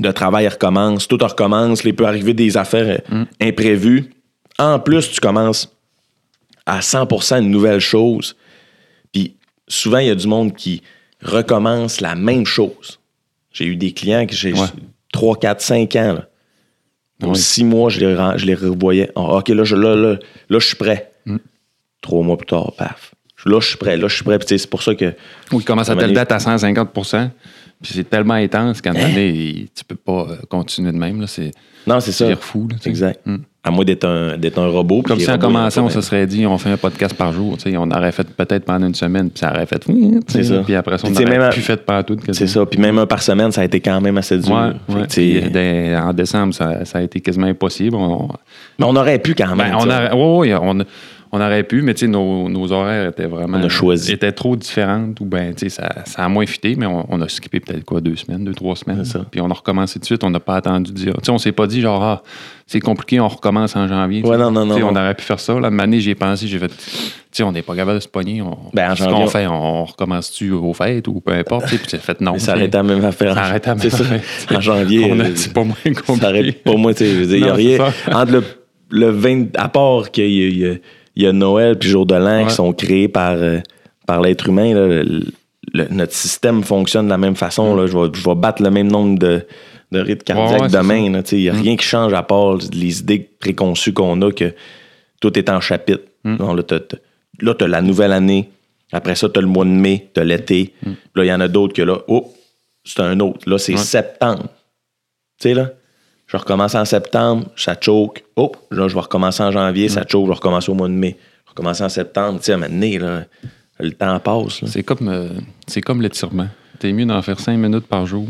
Speaker 2: le travail recommence, tout recommence, là, il peut arriver des affaires euh,
Speaker 1: Mm.
Speaker 2: imprévues. En plus, tu commences à 100% une nouvelle chose. Puis souvent, il y a du monde qui recommence la même chose. J'ai eu des clients que j'ai
Speaker 1: Ouais.
Speaker 2: 3, 4, 5 ans. Là. Au
Speaker 1: Oui.
Speaker 2: six mois, je les, ren- je les revoyais. Ah, OK, là, je, là, là, là, je suis prêt. Trois mois plus tard, paf. Là, je suis prêt. Là, je suis prêt. Puis, tu sais, c'est pour ça que.
Speaker 1: Ou il commence à
Speaker 2: Ça
Speaker 1: telle
Speaker 2: m'arrive.
Speaker 1: date à 150 puis c'est tellement intense qu'à un
Speaker 2: Hein?
Speaker 1: moment donné, il- tu peux pas euh, continuer de même. là, C'est
Speaker 2: Non, c'est ça.
Speaker 1: c'est refou. là, tu sais.
Speaker 2: Exact.
Speaker 1: Mm.
Speaker 2: À moins d'être un, d'être un robot. puis
Speaker 1: Comme
Speaker 2: les
Speaker 1: si en
Speaker 2: robots, ils ont
Speaker 1: commençant,
Speaker 2: pas
Speaker 1: on se
Speaker 2: même-
Speaker 1: serait dit, on fait un podcast par jour. tu sais, On aurait fait peut-être pendant une semaine, puis ça aurait fait. tu sais,
Speaker 2: C'est ça.
Speaker 1: Puis après ça, on
Speaker 2: Puis tu sais,
Speaker 1: n'aurait
Speaker 2: même à-
Speaker 1: plus fait par tout.
Speaker 2: C'est ça. Puis même un par semaine, ça a été quand même assez dur.
Speaker 1: Ouais,
Speaker 2: Fait que,
Speaker 1: ouais.
Speaker 2: tu sais,
Speaker 1: Puis, dès- en décembre, ça, ça a été quasiment impossible. On,
Speaker 2: Mais on aurait pu quand même.
Speaker 1: ben, on,
Speaker 2: tu sais.
Speaker 1: aurait, ouais, ouais, on, on aurait pu, mais tu sais, nos, nos horaires étaient vraiment.
Speaker 2: On a choisi.
Speaker 1: étaient trop différentes, ou ben, tu sais, ça, ça a moins fité, mais on, on a skippé peut-être quoi, deux semaines, deux, trois semaines.
Speaker 2: C'est ça.
Speaker 1: Puis on a recommencé de suite, on n'a pas attendu de dire. Tu sais, on s'est pas dit genre, ah, c'est compliqué, on recommence en janvier.
Speaker 2: Ouais, non, non,
Speaker 1: Tu sais,
Speaker 2: non.
Speaker 1: On aurait pu faire ça. La même année, j'y ai pensé, j'ai fait, tu sais, on n'est pas capable de se pogner. On,
Speaker 2: Ben, en
Speaker 1: ce qu'on
Speaker 2: janvier, on-
Speaker 1: fait, on recommence-tu aux fêtes ou peu importe. tu sais, Puis j'ai fait non.
Speaker 2: Mais ça
Speaker 1: tu sais.
Speaker 2: arrête à même affaire.
Speaker 1: Ça arrête à
Speaker 2: C'est
Speaker 1: même
Speaker 2: ça.
Speaker 1: affaire.
Speaker 2: En janvier.
Speaker 1: On a
Speaker 2: euh,
Speaker 1: dit pas moins compliqué.
Speaker 2: Ça arrête pas moi, tu sais. je veux dire, Il y a
Speaker 1: Non,
Speaker 2: rien.
Speaker 1: c'est ça.
Speaker 2: Entre le, le 20. À part qu'il y, a- il y a- il y a Noël puis Jour de l'An
Speaker 1: Ouais.
Speaker 2: qui sont créés par, euh, par l'être humain, là, le- le- notre système fonctionne de la même façon. là. je, vais, je vais battre le même nombre de, de rythmes cardiaques
Speaker 1: Mm. ouais, c'est Mm.
Speaker 2: demain. là, tu sais. il n'y a rien qui change à part les idées préconçues qu'on a que tout est en chapitre.
Speaker 1: Mm.
Speaker 2: Non, là, t'as- t'as- là, tu as la nouvelle année. Après ça, tu as le mois de mai, tu as l'été.
Speaker 1: Mm.
Speaker 2: Là, il y en a d'autres que là, oh, c'est un autre. Là, c'est septembre. Tu sais, là, je recommence en septembre, ça choke. Oh, là, je vais recommencer en janvier, ça choke, je vais recommencer au mois de mai. Je vais recommencer en septembre. Tu sais, à un moment donné, là, le temps passe. là.
Speaker 1: C'est comme, euh, c'est comme l'étirement. T'es mieux d'en faire 5 minutes par jour,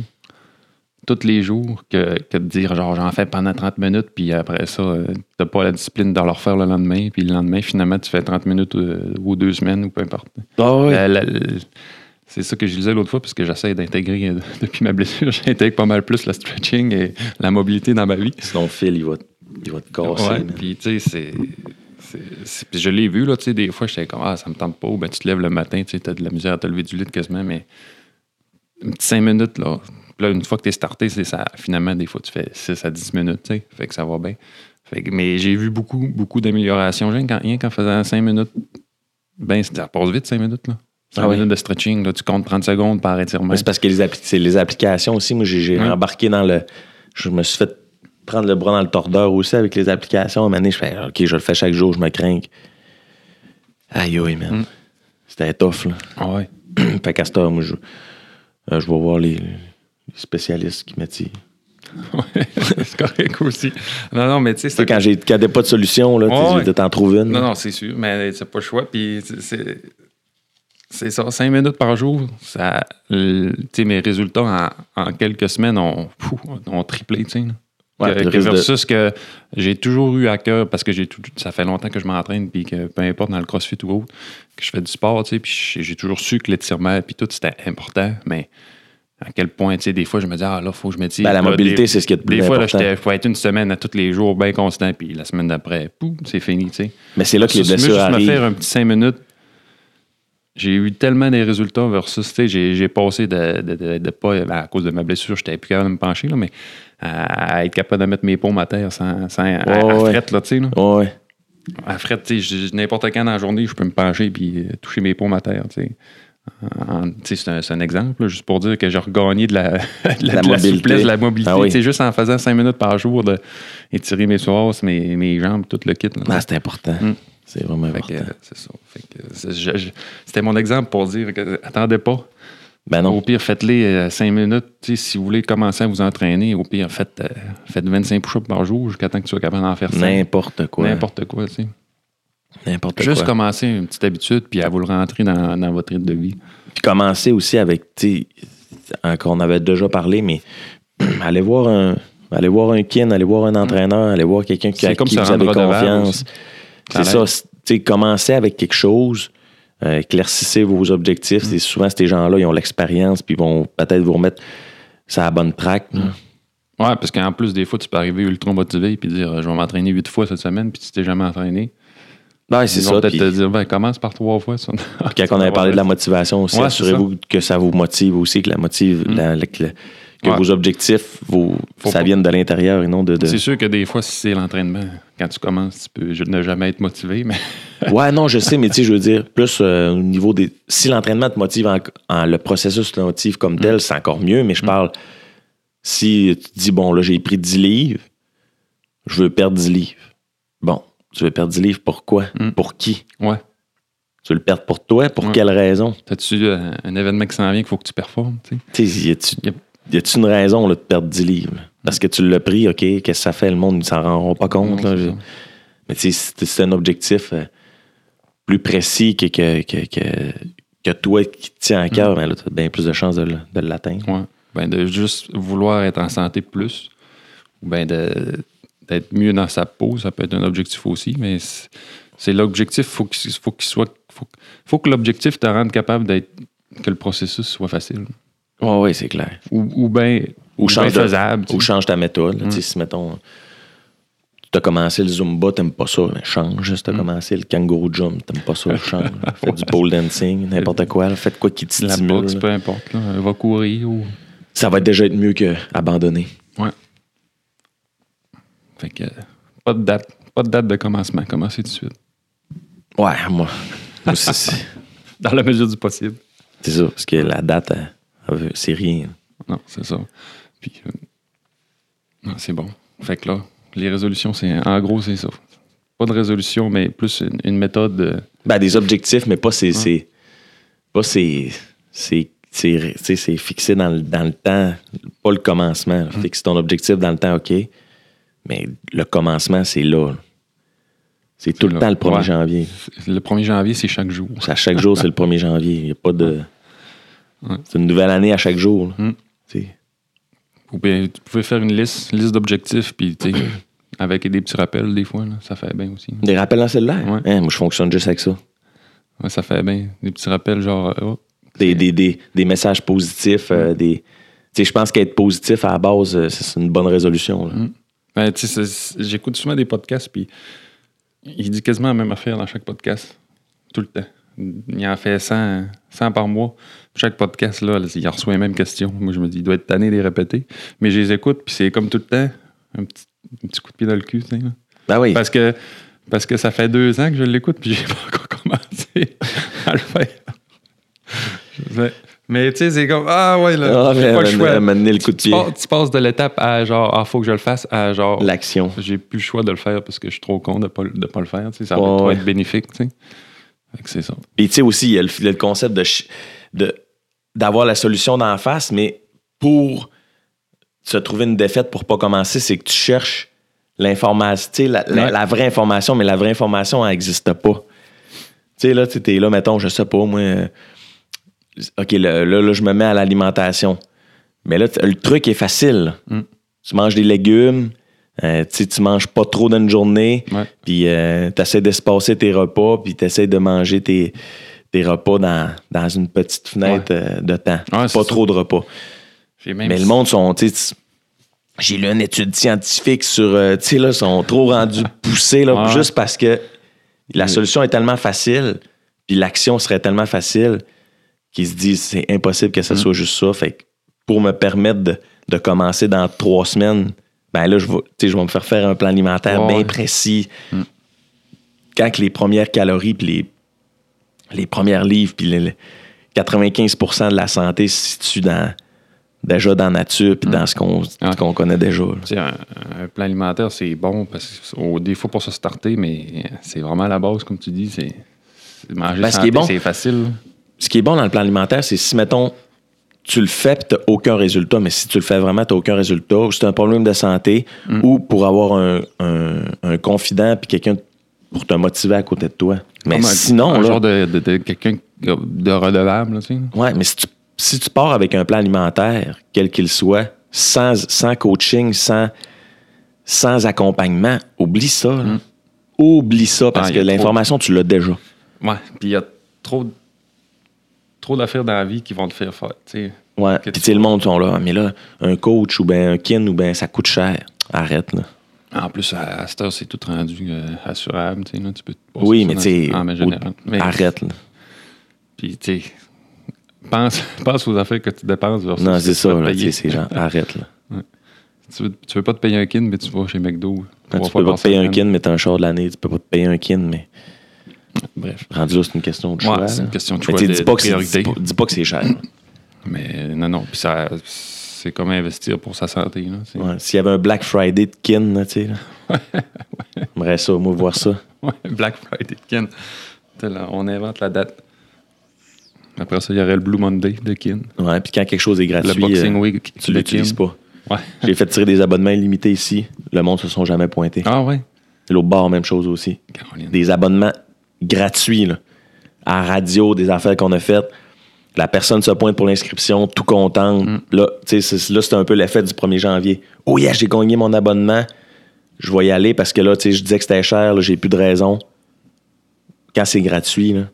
Speaker 1: tous les jours, que, que de dire genre j'en fais pendant 30 minutes, puis après ça, euh, t'as pas la discipline de le refaire le lendemain, puis le lendemain, finalement, tu fais 30 minutes euh, ou deux semaines ou peu importe.
Speaker 2: Ah
Speaker 1: La- la- la- c'est ça que je disais l'autre fois, parce que j'essaie d'intégrer, euh, depuis ma blessure, j'intègre pas mal plus le stretching et la mobilité dans ma vie.
Speaker 2: Sinon, Phil, il va, te- il va te casser.
Speaker 1: Ouais,
Speaker 2: man.
Speaker 1: puis tu sais, c'est. c'est- c'est- puis je l'ai vu, là, tu sais, des fois, j'étais comme, ah, ça me tente pas, Ou ben tu te lèves le matin, tu sais, t'as de la misère à te lever du lit quasiment, mais une petite 5 minutes, là. Puis là, une fois que t'es starté, c'est ça. Finalement, des fois, tu fais 6 à 10 minutes, tu sais, fait que ça va bien. Fait que- mais j'ai vu beaucoup, beaucoup d'améliorations. Rien qu'en, rien qu'en faisant 5 minutes, ben, ça passe vite, 5 minutes, là. 5
Speaker 2: Ah oui.
Speaker 1: minutes de stretching, là, tu comptes 30 secondes par étirement.
Speaker 2: Mais C'est parce que les, appli- c'est les applications aussi, moi, j'ai j'ai
Speaker 1: Ouais.
Speaker 2: embarqué dans le. Je me suis fait prendre le bras dans le tordeur aussi avec les applications. À un moment donné, je fais OK, je le fais chaque jour, je me crains. Aïe, aïe, man.
Speaker 1: Mm.
Speaker 2: C'était tough, là.
Speaker 1: Ah ouais.
Speaker 2: fait qu'à cette heure, moi, je, euh, je vais voir les, les spécialistes qui m'attirent.
Speaker 1: Ouais, c'est correct aussi. Non, non, mais tu sais,
Speaker 2: Tu sais,
Speaker 1: c'est
Speaker 2: quand j'ai quand t'as pas de solution, là,
Speaker 1: Ouais,
Speaker 2: tu
Speaker 1: ouais.
Speaker 2: sais, t'en trouves une.
Speaker 1: Non, non, c'est sûr, mais c'est pas le choix. Puis c'est- c'est. C'est ça, cinq minutes par jour, ça, le- tu sais, mes résultats en, en quelques semaines ont, pfou, ont triplé. tu sais, là.
Speaker 2: Ouais,
Speaker 1: Que-
Speaker 2: puis le
Speaker 1: que
Speaker 2: risque de-
Speaker 1: versus que j'ai toujours eu à cœur, parce que j'ai tout- ça fait longtemps que je m'entraîne, puis que peu importe dans le crossfit ou autre, que je fais du sport, tu sais, puis j'ai- j'ai toujours su que l'étirement, puis tout, c'était important, mais à quel point, tu sais, des fois, je me dis, ah là, faut que je me
Speaker 2: Ben, la mobilité, c'est ce qui est le plus
Speaker 1: Des fois, là,
Speaker 2: important.
Speaker 1: j'étais- je pouvais être une semaine à tous les jours, bien constant, puis la semaine d'après, poum, c'est fini, tu sais.
Speaker 2: Mais c'est là que les
Speaker 1: Versus me-
Speaker 2: blessures
Speaker 1: juste me
Speaker 2: arrivent.
Speaker 1: faire un petit 5 minutes, j'ai eu tellement des résultats versus, tu sais, j'ai j'ai passé de, de, de- de pas, ben, à cause de ma blessure, j'étais plus capable de me pencher, là, mais à, à être capable de mettre mes paumes à terre sans, sans à, à
Speaker 2: ouais.
Speaker 1: frette, là, tu sais, là.
Speaker 2: Ouais, ouais.
Speaker 1: À frette, tu sais, j'ai- n'importe quand dans la journée, je peux me pencher puis euh, toucher mes paumes à terre, tu sais. En- tu sais, C'est un, c'est un exemple, là, juste pour dire que j'ai regagné de la, de la- de la
Speaker 2: mobilité.
Speaker 1: souplesse, de la mobilité.
Speaker 2: Ah oui.
Speaker 1: Tu sais, Juste en faisant 5 minutes par jour, de étirer mes sources, mes, mes jambes, tout le kit. là.
Speaker 2: Ah, c'est important. C'est vraiment
Speaker 1: Mm. Fait que,
Speaker 2: important.
Speaker 1: euh, c'est ça. Fait que, euh, c'est- je- je- C'était mon exemple pour dire que euh, attendez pas.
Speaker 2: Ben non.
Speaker 1: Au pire, faites-les 5 minutes. Tu sais, si vous voulez commencer à vous entraîner, au pire, faites, euh, faites 25 push-ups par jour jusqu'à temps que tu sois capable d'en faire 5.
Speaker 2: N'importe quoi.
Speaker 1: N'importe quoi. tu sais.
Speaker 2: N'importe quoi.
Speaker 1: Juste commencer une petite habitude puis à vous le rentrer dans, dans votre rythme de vie.
Speaker 2: Puis commencer aussi avec, tu sais, hein, qu'on avait déjà parlé, mais allez voir un. Allez voir un kin, allez voir un entraîneur, allez voir quelqu'un qui,
Speaker 1: C'est
Speaker 2: à
Speaker 1: comme
Speaker 2: qui
Speaker 1: se
Speaker 2: vous avez
Speaker 1: rendre redevable
Speaker 2: confiance.
Speaker 1: aussi.
Speaker 2: C'est
Speaker 1: Ça
Speaker 2: ça, c'est- tu sais, commencez avec quelque chose, euh, éclaircissez vos
Speaker 1: Mm.
Speaker 2: objectifs.
Speaker 1: Mm.
Speaker 2: C'est Souvent, ces gens-là, ils ont l'expérience, puis ils vont peut-être vous remettre ça à la bonne track. là.
Speaker 1: Ouais, parce qu'en plus, des fois, tu peux arriver ultra motivé et dire euh, Je vais m'entraîner huit fois cette semaine, puis tu t'es jamais entraîné.
Speaker 2: Ouais,
Speaker 1: Ils
Speaker 2: c'est
Speaker 1: vont
Speaker 2: ça.
Speaker 1: peut-être
Speaker 2: puis-
Speaker 1: te dire ben, Commence par trois fois. Ça.
Speaker 2: Puis quand on avait parlé de la motivation aussi,
Speaker 1: Ouais, Mm.
Speaker 2: assurez-vous que ça vous motive aussi, que la motive, la- la- que, le- que
Speaker 1: Ouais.
Speaker 2: vos objectifs, vos,
Speaker 1: Faut
Speaker 2: ça
Speaker 1: pas-
Speaker 2: vienne de l'intérieur et non de. de-
Speaker 1: C'est sûr que des fois, si c'est l'entraînement, quand tu commences, tu peux je- ne jamais être motivé, mais
Speaker 2: Ouais, non, je sais, mais tu sais, je veux dire, plus euh, au niveau des. Si l'entraînement te motive, en, en- le processus te motive comme tel, c'est encore mieux, mais je
Speaker 1: Mm.
Speaker 2: parle. Si tu dis, bon, là, j'ai pris 10 livres, je veux perdre 10 livres. Bon, tu veux perdre 10 livres, pourquoi
Speaker 1: Mm.
Speaker 2: Pour qui
Speaker 1: ouais.
Speaker 2: Tu veux le perdre pour toi Pour
Speaker 1: Ouais.
Speaker 2: quelle raison
Speaker 1: T'as-tu euh, un événement qui s'en vient qu'il faut que tu performes? tu sais?
Speaker 2: Tu sais, y a-tu
Speaker 1: Yep.
Speaker 2: y a-tu une raison là, de perdre 10 livres? Parce que tu l'as pris, OK, qu'est-ce que ça fait? Le monde ne s'en rendra pas compte.
Speaker 1: Non,
Speaker 2: là.
Speaker 1: c'est
Speaker 2: Je-
Speaker 1: ça.
Speaker 2: mais tu sais, si t- c'est un objectif euh, plus précis que, que, que, que, que toi qui te
Speaker 1: Mm.
Speaker 2: tiens à cœur, ben là, tu as bien plus de chances de, l- de l'atteindre.
Speaker 1: Ouais. Ben, de juste vouloir être en santé plus, ou ben de- d'être mieux dans sa peau, ça peut être un objectif aussi, mais c'est c'est l'objectif, faut qu'il faut qu'il soit. Faut, faut que l'objectif te rende capable d'être. que le processus soit facile.
Speaker 2: Oui, c'est clair.
Speaker 1: Ou, ou bien.
Speaker 2: Ou change de-
Speaker 1: faisable. tu
Speaker 2: Ou
Speaker 1: sais.
Speaker 2: change ta méthode.
Speaker 1: Mm.
Speaker 2: là, tu sais, Si, mettons, tu as commencé le Zumba, tu pas ça, ben change. Si
Speaker 1: Mm.
Speaker 2: tu as commencé le kangaroo jump, tu pas ça, change. Fais du pole dancing, n'importe quoi. là. Faites quoi qui te
Speaker 1: La
Speaker 2: stimule.
Speaker 1: boxe,
Speaker 2: là.
Speaker 1: peu importe. là, va courir ou.
Speaker 2: Ça va déjà être mieux que abandonner.
Speaker 1: Ouais. Fait que. Pas de date. Pas de date de commencement. Commencez tout de suite.
Speaker 2: Ouais, moi. moi, c'est- c'est
Speaker 1: Dans la mesure du possible.
Speaker 2: c'est ça, parce que la date, elle- elle veut- c'est rien.
Speaker 1: Non, c'est ça. Puis, euh, non, c'est bon. Fait que là, les résolutions, c'est en gros, c'est ça. Pas de résolution, mais plus une, une méthode. euh,
Speaker 2: Ben, des objectifs, mais pas c'est. c'est pas c'est. c'est c'est tu sais, c'est fixé dans le, dans le temps, pas le commencement. là. Fixe ton objectif dans le temps, OK. Mais le commencement, c'est là. là. C'est tout
Speaker 1: là.
Speaker 2: le temps le 1er
Speaker 1: Ouais.
Speaker 2: janvier.
Speaker 1: le 1er janvier, c'est chaque jour.
Speaker 2: À chaque jour, c'est le 1er janvier. Il n'y a pas de.
Speaker 1: Ouais.
Speaker 2: C'est une nouvelle année à chaque jour. là.
Speaker 1: Mm.
Speaker 2: Tu sais.
Speaker 1: Ou bien, tu pouvais faire une liste, liste d'objectifs, puis tu sais, avec des petits rappels, des fois, là, ça fait bien aussi.
Speaker 2: Des rappels en cellulaire.
Speaker 1: Ouais.
Speaker 2: Hein, moi, je fonctionne juste avec ça.
Speaker 1: Ouais, ça fait bien. Des petits rappels, genre, euh, oh,
Speaker 2: des, des, des, des messages positifs. euh,
Speaker 1: Mm.
Speaker 2: des, tu sais, je pense qu'être positif à la base, euh, c'est c'est une bonne résolution. là.
Speaker 1: Ben, tu sais, c'est- c'est- j'écoute souvent des podcasts, puis il dit quasiment la même affaire dans chaque podcast. Tout le temps. Il en fait 100, 100 par mois. Chaque podcast, là, il reçoit les mêmes questions. Moi, je me dis, il doit être tanné de les répéter. Mais je les écoute, puis c'est comme tout le temps, un petit, un petit coup de pied dans le cul. tu sais, là.
Speaker 2: Ben oui.
Speaker 1: Parce que, parce que ça fait deux ans que je l'écoute, puis j'ai pas encore commencé à le faire. Mais, mais, tu sais, c'est comme, ah ouais, là,
Speaker 2: Ah,
Speaker 1: j'ai
Speaker 2: mais
Speaker 1: pas le
Speaker 2: amener-
Speaker 1: choix.
Speaker 2: amener le coup de
Speaker 1: Tu
Speaker 2: pied.
Speaker 1: passes, tu passes de l'étape à genre, ah, faut que je le fasse, à genre,
Speaker 2: L'action.
Speaker 1: j'ai plus le choix de le faire parce que je suis trop con de ne pas, le- de pas le faire. tu sais, Ça
Speaker 2: Ouais,
Speaker 1: va trop
Speaker 2: ouais.
Speaker 1: être bénéfique. tu sais. Fait que c'est ça.
Speaker 2: Et tu sais aussi, il y a le, il y a le concept de ch- de- d'avoir la solution d'en face, mais pour se trouver une défaite pour pas commencer, c'est que tu cherches l'information, tu sais, la, la-
Speaker 1: Ouais.
Speaker 2: la vraie information, mais la vraie information, elle n'existe pas. Tu sais, là, tu es là, mettons, je sais pas, moi. euh, OK, le- là, là, je me mets à l'alimentation. Mais là, t- le truc est facile.
Speaker 1: Mm.
Speaker 2: Tu manges des légumes, euh, tu sais, tu manges pas trop d'une journée,
Speaker 1: Ouais.
Speaker 2: puis euh, tu essaies d'espacer tes repas, puis tu essaies de manger tes, tes repas dans, dans une petite fenêtre euh, de temps. pas
Speaker 1: c'est ça.
Speaker 2: trop de repas.
Speaker 1: J'ai même
Speaker 2: Mais le monde sont. tu sais, J'ai lu une étude scientifique sur. euh, tu sais, là, sont trop rendus poussés, là,
Speaker 1: Ouais. Mm.
Speaker 2: juste parce que la solution est tellement facile, puis l'action serait tellement facile, qu'ils se disent c'est impossible que
Speaker 1: Mm.
Speaker 2: ça soit juste ça. Fait que pour me permettre de, de commencer dans trois semaines, ben là, je vais, tu sais, je vais me faire faire un plan alimentaire
Speaker 1: Ouais, Mm.
Speaker 2: bien
Speaker 1: ouais.
Speaker 2: précis. Quand que les premières calories, puis les, les premières livres, puis les- les 95 de la santé se situe dans, déjà dans la nature, puis
Speaker 1: Mm.
Speaker 2: dans ce qu'on ce qu'on connaît déjà. là.
Speaker 1: Tu sais, un, un plan alimentaire, c'est bon parce que des fois pour se starter, mais c'est vraiment la base, comme tu dis. C'est c'est manger
Speaker 2: Ben, ce qui
Speaker 1: santé,
Speaker 2: est bon-
Speaker 1: c'est facile.
Speaker 2: ce qui est bon dans le plan alimentaire, c'est si, mettons, tu le fais et tu aucun résultat, mais si tu le fais vraiment, tu aucun résultat, ou c'est un problème de santé,
Speaker 1: Mm.
Speaker 2: ou pour avoir un, un- un confident puis quelqu'un pour te motiver à côté de toi. Mais
Speaker 1: Comme un-
Speaker 2: sinon,
Speaker 1: un
Speaker 2: là,
Speaker 1: genre de, de- de quelqu'un de redevable. là, tu sais.
Speaker 2: ouais, mais si tu, si tu pars avec un plan alimentaire, quel qu'il soit, sans, sans coaching, sans, sans accompagnement, oublie ça. là. Oublie ça parce
Speaker 1: Mm. Ah,
Speaker 2: que
Speaker 1: y a trop-
Speaker 2: l'information, tu l'as déjà.
Speaker 1: Ouais, puis il y a trop, de- trop d'affaires dans la vie qui vont te faire faire. tu sais.
Speaker 2: Ouais.
Speaker 1: Que
Speaker 2: Puis
Speaker 1: tu
Speaker 2: tu sais, le monde sont là. Ah, Mais là, un coach ou ben un kin ou ben ça coûte cher. Arrête là.
Speaker 1: En plus, à, à cette heure, c'est tout rendu euh, assurable. tu sais, là, tu peux te passer
Speaker 2: Oui,
Speaker 1: Oh, ça
Speaker 2: mais
Speaker 1: dans-
Speaker 2: tu sais,
Speaker 1: en main
Speaker 2: au-
Speaker 1: générale. Mais-
Speaker 2: Arrête là.
Speaker 1: Puis, tu sais, pense, pense aux affaires que tu dépenses. versus
Speaker 2: Non,
Speaker 1: ce que
Speaker 2: c'est
Speaker 1: tu
Speaker 2: ça,
Speaker 1: vas te
Speaker 2: là. tu
Speaker 1: payer.
Speaker 2: sais, C'est genre, arrête là.
Speaker 1: Tu veux, tu veux pas te payer un kin, mais tu vas chez McDo.
Speaker 2: Non,
Speaker 1: On va
Speaker 2: tu peux pas te
Speaker 1: passer
Speaker 2: payer un
Speaker 1: la
Speaker 2: kin, mais t'as un char de l'année. Tu peux pas te payer un kin, mais
Speaker 1: Bref.
Speaker 2: rendu là, c'est une question de
Speaker 1: Ouais,
Speaker 2: choix.
Speaker 1: c'est
Speaker 2: là.
Speaker 1: une question de
Speaker 2: Mais
Speaker 1: choix
Speaker 2: tu
Speaker 1: de-
Speaker 2: sais, dis pas
Speaker 1: de
Speaker 2: que c'est-
Speaker 1: priorité.
Speaker 2: dis pas- dis pas que c'est cher.
Speaker 1: Mais non, non. Puis ça, c'est comme investir pour sa santé. Là, c'est-
Speaker 2: Ouais, S'il y avait un Black Friday de kin, là, tu sais. là. J'aimerais ça, moi, voir ça.
Speaker 1: Ouais, Black Friday de kin. T'as là, On invente la date. Après ça, il y aurait le Blue Monday de kin.
Speaker 2: Ouais, puis quand quelque chose est gratuit,
Speaker 1: Le Boxing
Speaker 2: euh,
Speaker 1: Week
Speaker 2: tu
Speaker 1: de
Speaker 2: l'utilises
Speaker 1: kin.
Speaker 2: pas.
Speaker 1: Ouais.
Speaker 2: J'ai fait tirer des abonnements illimités ici. Le monde se sont jamais pointés.
Speaker 1: Ah ouais.
Speaker 2: L'autre bar, même chose aussi.
Speaker 1: Caroline.
Speaker 2: Des abonnements gratuits, là. À radio, des affaires qu'on a faites. La personne se pointe pour l'inscription, tout contente. Là, tu sais, c'est- là, c'est un peu l'effet du 1er janvier. Oh yeah, j'ai gagné mon abonnement. Je vais y aller parce que là, tu sais, je disais que c'était cher, là, j'ai plus de raison. Quand c'est gratuit, là.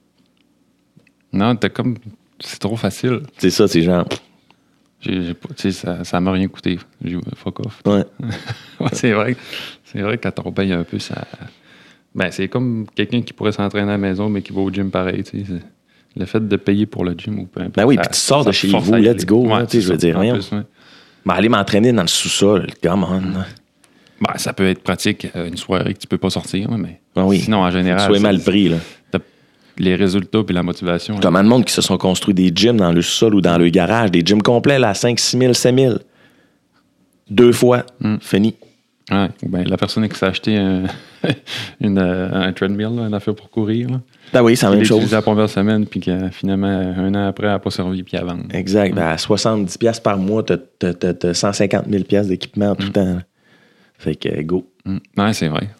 Speaker 1: Non, t'as comme. C'est trop facile.
Speaker 2: C'est ça, c'est genre. pff,
Speaker 1: J'ai, j'ai pas- tu sais, ça, ça m'a rien coûté. J'ai- Fuck off.
Speaker 2: Ouais.
Speaker 1: Ouais, c'est vrai. C'est vrai que quand on paye un peu, ça. Ben, c'est comme quelqu'un qui pourrait s'entraîner à la maison, mais qui va au gym pareil. tu sais. C'est- Le fait de payer pour le gym ou peu importe.
Speaker 2: Ben oui,
Speaker 1: ça-
Speaker 2: puis tu sors de
Speaker 1: ça
Speaker 2: chez
Speaker 1: force
Speaker 2: vous,
Speaker 1: à y
Speaker 2: let's
Speaker 1: aller.
Speaker 2: go, là, tu sais,
Speaker 1: c'est
Speaker 2: je veux
Speaker 1: ça.
Speaker 2: dire,
Speaker 1: En
Speaker 2: voyons.
Speaker 1: plus, ouais.
Speaker 2: Mais aller m'entraîner dans le sous-sol, come on. là.
Speaker 1: Ben, ça peut être pratique euh, une soirée que tu peux pas sortir, ouais, mais
Speaker 2: Ah oui.
Speaker 1: sinon, en général,
Speaker 2: Soyez
Speaker 1: ça-
Speaker 2: mal pris, là.
Speaker 1: t'as les résultats puis la motivation. hein. là.
Speaker 2: Comment de monde qui se sont construits des gyms dans le sol ou dans le garage, des gyms complets, là, à 5, 6 000, 7 000. Deux fois, fini.
Speaker 1: Ouais, ou ben, la personne qui s'est acheté un, une, euh, un treadmill, là, une affaire pour courir, là,
Speaker 2: Ben oui, c'est la
Speaker 1: qui l'a
Speaker 2: même chose.
Speaker 1: utilisé la première semaine, puis que finalement, un an après, elle n'a pas servi, puis elle vend.
Speaker 2: Exact. Ben, à 70 pièces par mois, t'as t'as- t'as- t'as 150 000 pièces d'équipement en tout temps. là. Fait que euh, go.
Speaker 1: Mm. Ouais, c'est vrai.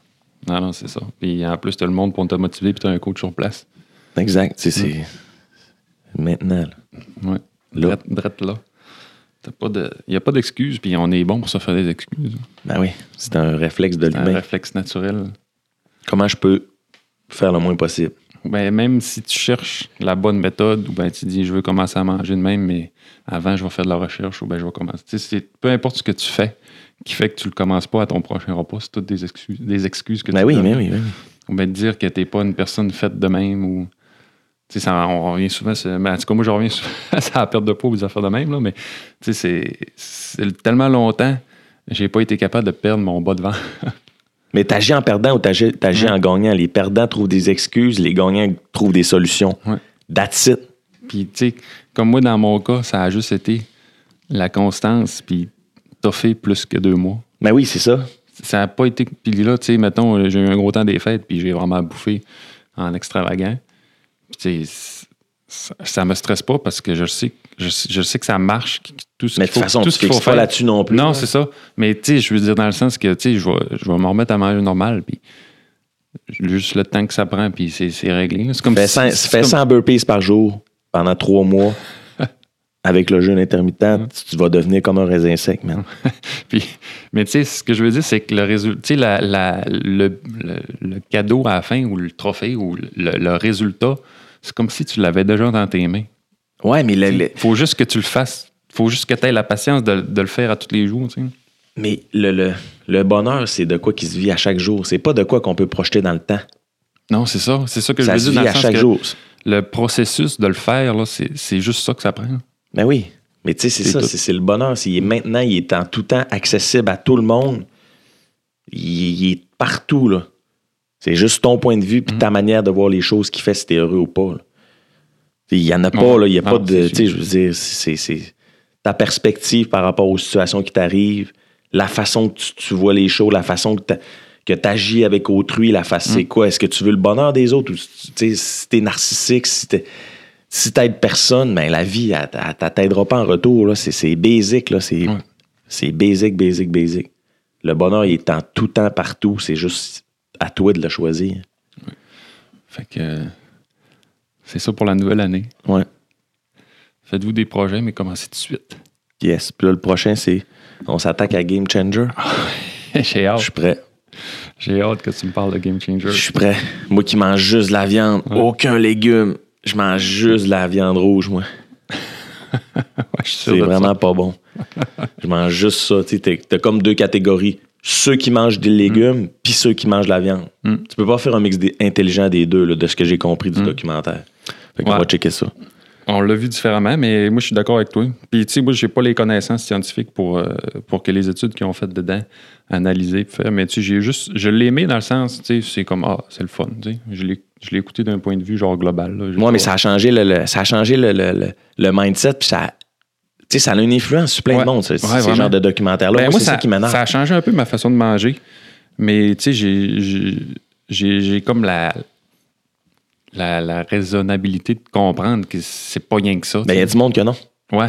Speaker 1: Non, non, c'est ça. Puis en plus, t'as le monde pour te motiver, puis t'as un coach sur place.
Speaker 2: Exact. Tu sais, c'est
Speaker 1: Mm.
Speaker 2: maintenant. là.
Speaker 1: Ouais.
Speaker 2: Là.
Speaker 1: Drette, drette là. T'as pas de... Il n'y a pas d'excuses, puis on est bon pour se faire des excuses.
Speaker 2: Ben oui, c'est un réflexe de
Speaker 1: Un
Speaker 2: l'humain.
Speaker 1: réflexe naturel.
Speaker 2: Comment je peux faire le moins possible?
Speaker 1: Ben, même si tu cherches la bonne méthode, ou ben tu dis, je veux commencer à manger de même, mais avant, je vais faire de la recherche, ou ben je vais commencer. Tu sais, c'est- peu importe ce que tu fais, qui fait que tu le commences pas à ton prochain repas, c'est toutes des excuses, des excuses que
Speaker 2: Ben
Speaker 1: tu
Speaker 2: oui,
Speaker 1: donnes.
Speaker 2: ben oui, ben oui.
Speaker 1: Ou bien dire que t'es pas une personne faite de même ou. Tu sais, ça- on revient souvent. sur- ben, en tout cas, moi, je reviens souvent à la perte de poids ou des affaires de même, là, mais tu sais, c'est- c'est tellement longtemps, j'ai pas été capable de perdre mon bas de ventre.
Speaker 2: Mais t'agis en perdant ou t'agis, t'agis en gagnant. Les perdants trouvent des excuses, les gagnants trouvent des solutions.
Speaker 1: Ouais.
Speaker 2: That's it.
Speaker 1: Puis, tu sais, comme moi, dans mon cas, ça a juste été la constance, puis t'as fait plus que deux mois.
Speaker 2: Ben oui, c'est ça.
Speaker 1: Ça n'a pas été. Puis là, tu sais, mettons, euh, j'ai eu un gros temps des fêtes, puis j'ai vraiment bouffé en extravagant. Puis, tu sais, ça- ça me stresse pas parce que je sais, je sais, je sais que ça marche. que Tout ce
Speaker 2: Mais de
Speaker 1: qu'il faut,
Speaker 2: toute façon,
Speaker 1: tout
Speaker 2: tu
Speaker 1: ce qu'il faut
Speaker 2: fixes pas
Speaker 1: faire.
Speaker 2: là-dessus non plus. hein.
Speaker 1: Non,
Speaker 2: là.
Speaker 1: c'est ça. Mais tu sais, je veux dire dans le sens que tu sais, je vais, je vais me remettre à manger normal, puis juste le temps que ça prend, puis c'est c'est réglé. là. C'est comme
Speaker 2: Fais
Speaker 1: si-
Speaker 2: 100,
Speaker 1: c'est
Speaker 2: fais
Speaker 1: comme-
Speaker 2: 100 burpees par jour pendant trois mois avec le jeûne intermittent. tu- Tu vas devenir comme un raisin sec, man.
Speaker 1: Puis, mais tu sais, ce que je veux dire, c'est que le résultat, tu sais, la- la- le, le- le cadeau à la fin ou le trophée ou le, le résultat, c'est comme si tu l'avais déjà dans tes mains.
Speaker 2: Ouais, mais, le, le-
Speaker 1: Il faut juste que tu le fasses. faut juste que tu aies la patience de, de le faire à tous les jours. tu sais.
Speaker 2: mais le, le- le bonheur, c'est de quoi qui se vit à chaque jour. C'est pas de quoi qu'on peut projeter dans le temps.
Speaker 1: Non, c'est ça. C'est ça que je
Speaker 2: ça se
Speaker 1: veux dire
Speaker 2: vit
Speaker 1: dans le
Speaker 2: à
Speaker 1: sens
Speaker 2: chaque
Speaker 1: que
Speaker 2: jour.
Speaker 1: le processus de le faire, là, c'est c'est juste ça que ça prend.
Speaker 2: Ben oui. Mais tu sais, c'est
Speaker 1: C'est
Speaker 2: ça,
Speaker 1: tout.
Speaker 2: c'est c'est le bonheur. C'est, il est maintenant, il est en tout temps accessible à tout le monde. Il, il est partout, là. C'est juste ton point de vue puis
Speaker 1: Mhm.
Speaker 2: ta manière de voir les choses qui fait si t'es heureux ou pas. là. Tu sais, Il y en a pas, là. Il y a
Speaker 1: Non,
Speaker 2: pas de.
Speaker 1: c'est
Speaker 2: Tu sais, je veux dire, c'est, c'est- ta perspective par rapport aux situations qui t'arrivent, la façon que tu, tu vois les choses, la façon que tu agis avec autrui, la façon.
Speaker 1: Mhm.
Speaker 2: C'est quoi? Est-ce que tu veux le bonheur des autres ou tu- tu sais, si t'es narcissique, si t'es si t'aides personne, ben la vie, elle, elle- elle t'aidera pas en retour. là. C'est, c'est basic, là. C'est,
Speaker 1: Ouais.
Speaker 2: c'est basic, basic, basic. Le bonheur, il est en tout temps, partout. C'est juste à toi de le choisir.
Speaker 1: Fait que euh, c'est ça pour la nouvelle année.
Speaker 2: Ouais.
Speaker 1: Faites-vous des projets, mais commencez tout de suite.
Speaker 2: Yes. Puis là, le prochain, c'est on s'attaque à Game Changer.
Speaker 1: J'ai
Speaker 2: Je
Speaker 1: hâte.
Speaker 2: suis prêt.
Speaker 1: J'ai hâte que tu me parles de Game Changer.
Speaker 2: Je suis prêt. Moi qui mange juste de la viande, aucun légume. Je mange juste de la viande rouge, moi.
Speaker 1: je suis sûr
Speaker 2: C'est
Speaker 1: de ça.
Speaker 2: vraiment pas bon. Je mange juste ça. Tu as comme deux catégories. Ceux qui mangent des légumes, puis ceux qui mangent de la viande.
Speaker 1: Mm.
Speaker 2: Tu peux pas faire un mix des- intelligent des deux, là, de ce que j'ai compris du documentaire. Fait qu'on
Speaker 1: Ouais.
Speaker 2: va checker ça.
Speaker 1: On l'a vu différemment, mais moi, je suis d'accord avec toi. Puis, tu sais, moi, j'ai pas les connaissances scientifiques pour, euh, pour que les études qu'ils ont faites dedans, analyser, puis faire. Mais, tu sais, j'ai juste. Je l'ai aimé dans le sens, tu sais, c'est comme, ah, c'est le fun, tu sais. Je l'ai je l'ai écouté d'un point de vue, genre, global. là. J'ai
Speaker 2: Moi,
Speaker 1: pas-
Speaker 2: mais ça a changé le, le- ça a changé le, le- le- le mindset, puis ça, tu sais, ça a une influence sur plein
Speaker 1: Ouais.
Speaker 2: de monde, ce,
Speaker 1: Ouais,
Speaker 2: ce
Speaker 1: vraiment.
Speaker 2: genre de documentaire-là.
Speaker 1: Ben,
Speaker 2: Moi,
Speaker 1: moi,
Speaker 2: c'est ça, qui m'énerve.
Speaker 1: ça a changé un peu ma façon de manger. Mais, tu sais, j'ai- j'ai- j'ai j'ai comme la. La, la raisonnabilité de comprendre que c'est pas rien que ça. tu
Speaker 2: Ben, il y a
Speaker 1: sais.
Speaker 2: du monde que non.
Speaker 1: Ouais,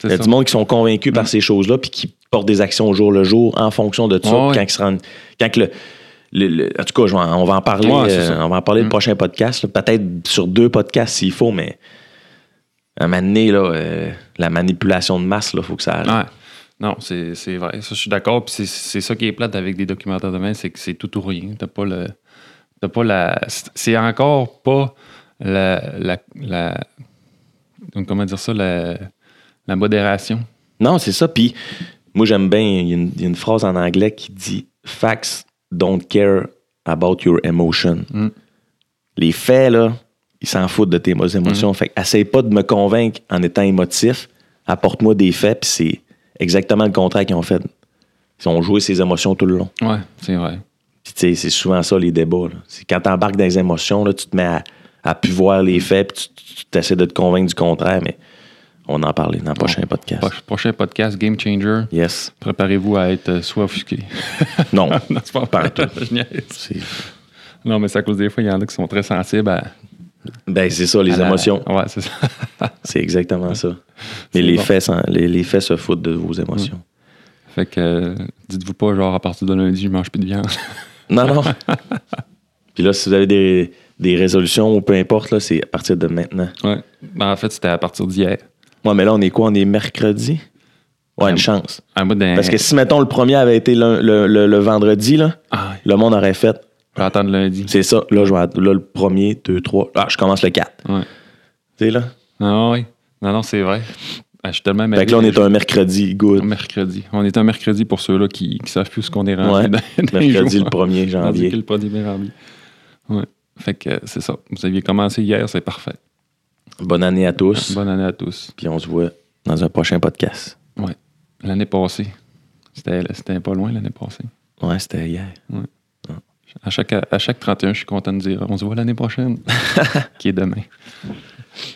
Speaker 1: c'est
Speaker 2: Il y a
Speaker 1: ça. Mm.
Speaker 2: du monde qui sont convaincus par ces choses-là, puis qui portent des actions au jour le jour en fonction de ça.
Speaker 1: Ouais, ouais.
Speaker 2: Quand ils se rendent- quand que le, le- le- en tout cas, je vais en- on va en parler,
Speaker 1: Ouais, c'est
Speaker 2: euh,
Speaker 1: ça. Mm.
Speaker 2: on va en parler le prochain podcast, là. peut-être sur deux podcasts s'il faut, mais à un moment donné, là, euh, la manipulation de masse, il faut que ça arrête.
Speaker 1: Ouais. Non, c'est c'est vrai. Ça, je suis d'accord. Puis c'est- c'est ça qui est plate avec des documentaires de main, c'est que c'est tout ou rien. T'as pas le. T'as pas la. C'est encore pas la. la, la- donc, comment dire ça? La, la modération.
Speaker 2: Non, c'est ça. Puis moi, j'aime bien, il y, a une- il y a une phrase en anglais qui dit Facts don't care about your emotion. Les faits, là, ils s'en foutent de tes mo- émotions. Fait que essaye pas de me convaincre en étant émotif. Apporte-moi des faits, puis c'est exactement le contraire qu'ils ont fait. Ils ont joué ses émotions tout le long.
Speaker 1: Ouais, c'est vrai.
Speaker 2: Puis, tu sais, c'est souvent ça, les débats. là. C'est quand tu embarques dans les émotions, là, tu te mets à, à pu voir les faits, puis tu- tu tu essaies de te convaincre du contraire, mais on en parlait dans le prochain podcast.
Speaker 1: Pro- prochain podcast, Game Changer.
Speaker 2: Yes.
Speaker 1: Préparez-vous à être euh, soit offusqué.
Speaker 2: Non.
Speaker 1: non, c'est pas vrai. Je niaise.
Speaker 2: C'est-
Speaker 1: Non, mais c'est à cause des fois, il y en a qui sont très sensibles à.
Speaker 2: Ben, c'est ça, les
Speaker 1: à la-
Speaker 2: émotions.
Speaker 1: Ouais, c'est ça.
Speaker 2: C'est exactement ça.
Speaker 1: C'est
Speaker 2: Mais les,
Speaker 1: bon.
Speaker 2: faits, s'en- les, les faits se foutent de vos émotions.
Speaker 1: fait que euh, dites-vous pas, genre, à partir de lundi, je mange plus de viande.
Speaker 2: Non, non. Puis là, si vous avez des, des résolutions ou peu importe, là, c'est à partir de maintenant.
Speaker 1: Ouais. Ben, en fait, c'était à partir d'hier.
Speaker 2: Moi, mais là, on est quoi? On est mercredi? Ouais,
Speaker 1: Ouais.
Speaker 2: une chance.
Speaker 1: Ah, moi, dans-
Speaker 2: Parce que si, mettons, le premier avait été lun- le, le- le vendredi, là,
Speaker 1: Ah, ouais.
Speaker 2: le monde aurait fait.
Speaker 1: je vais attendre lundi.
Speaker 2: C'est ça. Là, je vais, att- là, le premier, deux, trois. Ah, je commence le quatre.
Speaker 1: Ouais.
Speaker 2: Tu sais, là?
Speaker 1: Ah, ouais. Non, non, c'est vrai. Ah, je suis tellement
Speaker 2: Fait que là, on est un mercredi. Good.
Speaker 1: mercredi. On est un mercredi pour ceux-là qui ne savent plus ce qu'on est rendu.
Speaker 2: Ouais.
Speaker 1: dans- dans les
Speaker 2: Mercredi, le
Speaker 1: jours.
Speaker 2: 1er
Speaker 1: Rendu
Speaker 2: janvier.
Speaker 1: que le 1er janvier. Ouais. Fait que euh, c'est ça. Vous aviez commencé hier, c'est parfait.
Speaker 2: Bonne année à tous.
Speaker 1: Bonne année à tous.
Speaker 2: Puis on se voit dans un prochain podcast.
Speaker 1: Ouais. L'année passée. C'était c'était pas loin l'année passée.
Speaker 2: Ouais, c'était hier.
Speaker 1: À chaque, à chaque 31, je suis content de dire on se voit l'année prochaine, qui est demain.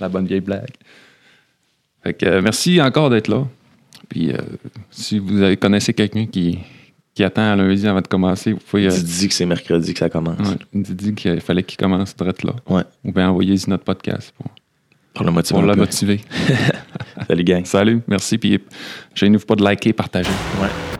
Speaker 1: La bonne vieille blague. Fait que, euh, merci encore d'être là. Puis euh, si vous avez- connaissez quelqu'un qui, qui attend à lundi avant de commencer, vous pouvez euh,
Speaker 2: Tu dis que c'est mercredi que ça commence.
Speaker 1: ouais, dis- dis qu'il fallait qu'il commence direct là.
Speaker 2: Ouais.
Speaker 1: Ou bien envoyez-y notre podcast pour,
Speaker 2: Pour le motiver.
Speaker 1: pour
Speaker 2: un
Speaker 1: la
Speaker 2: peu.
Speaker 1: motiver.
Speaker 2: Salut, gang.
Speaker 1: Salut, merci. Puis gênez-vous pas de liker et partager.
Speaker 2: Ouais.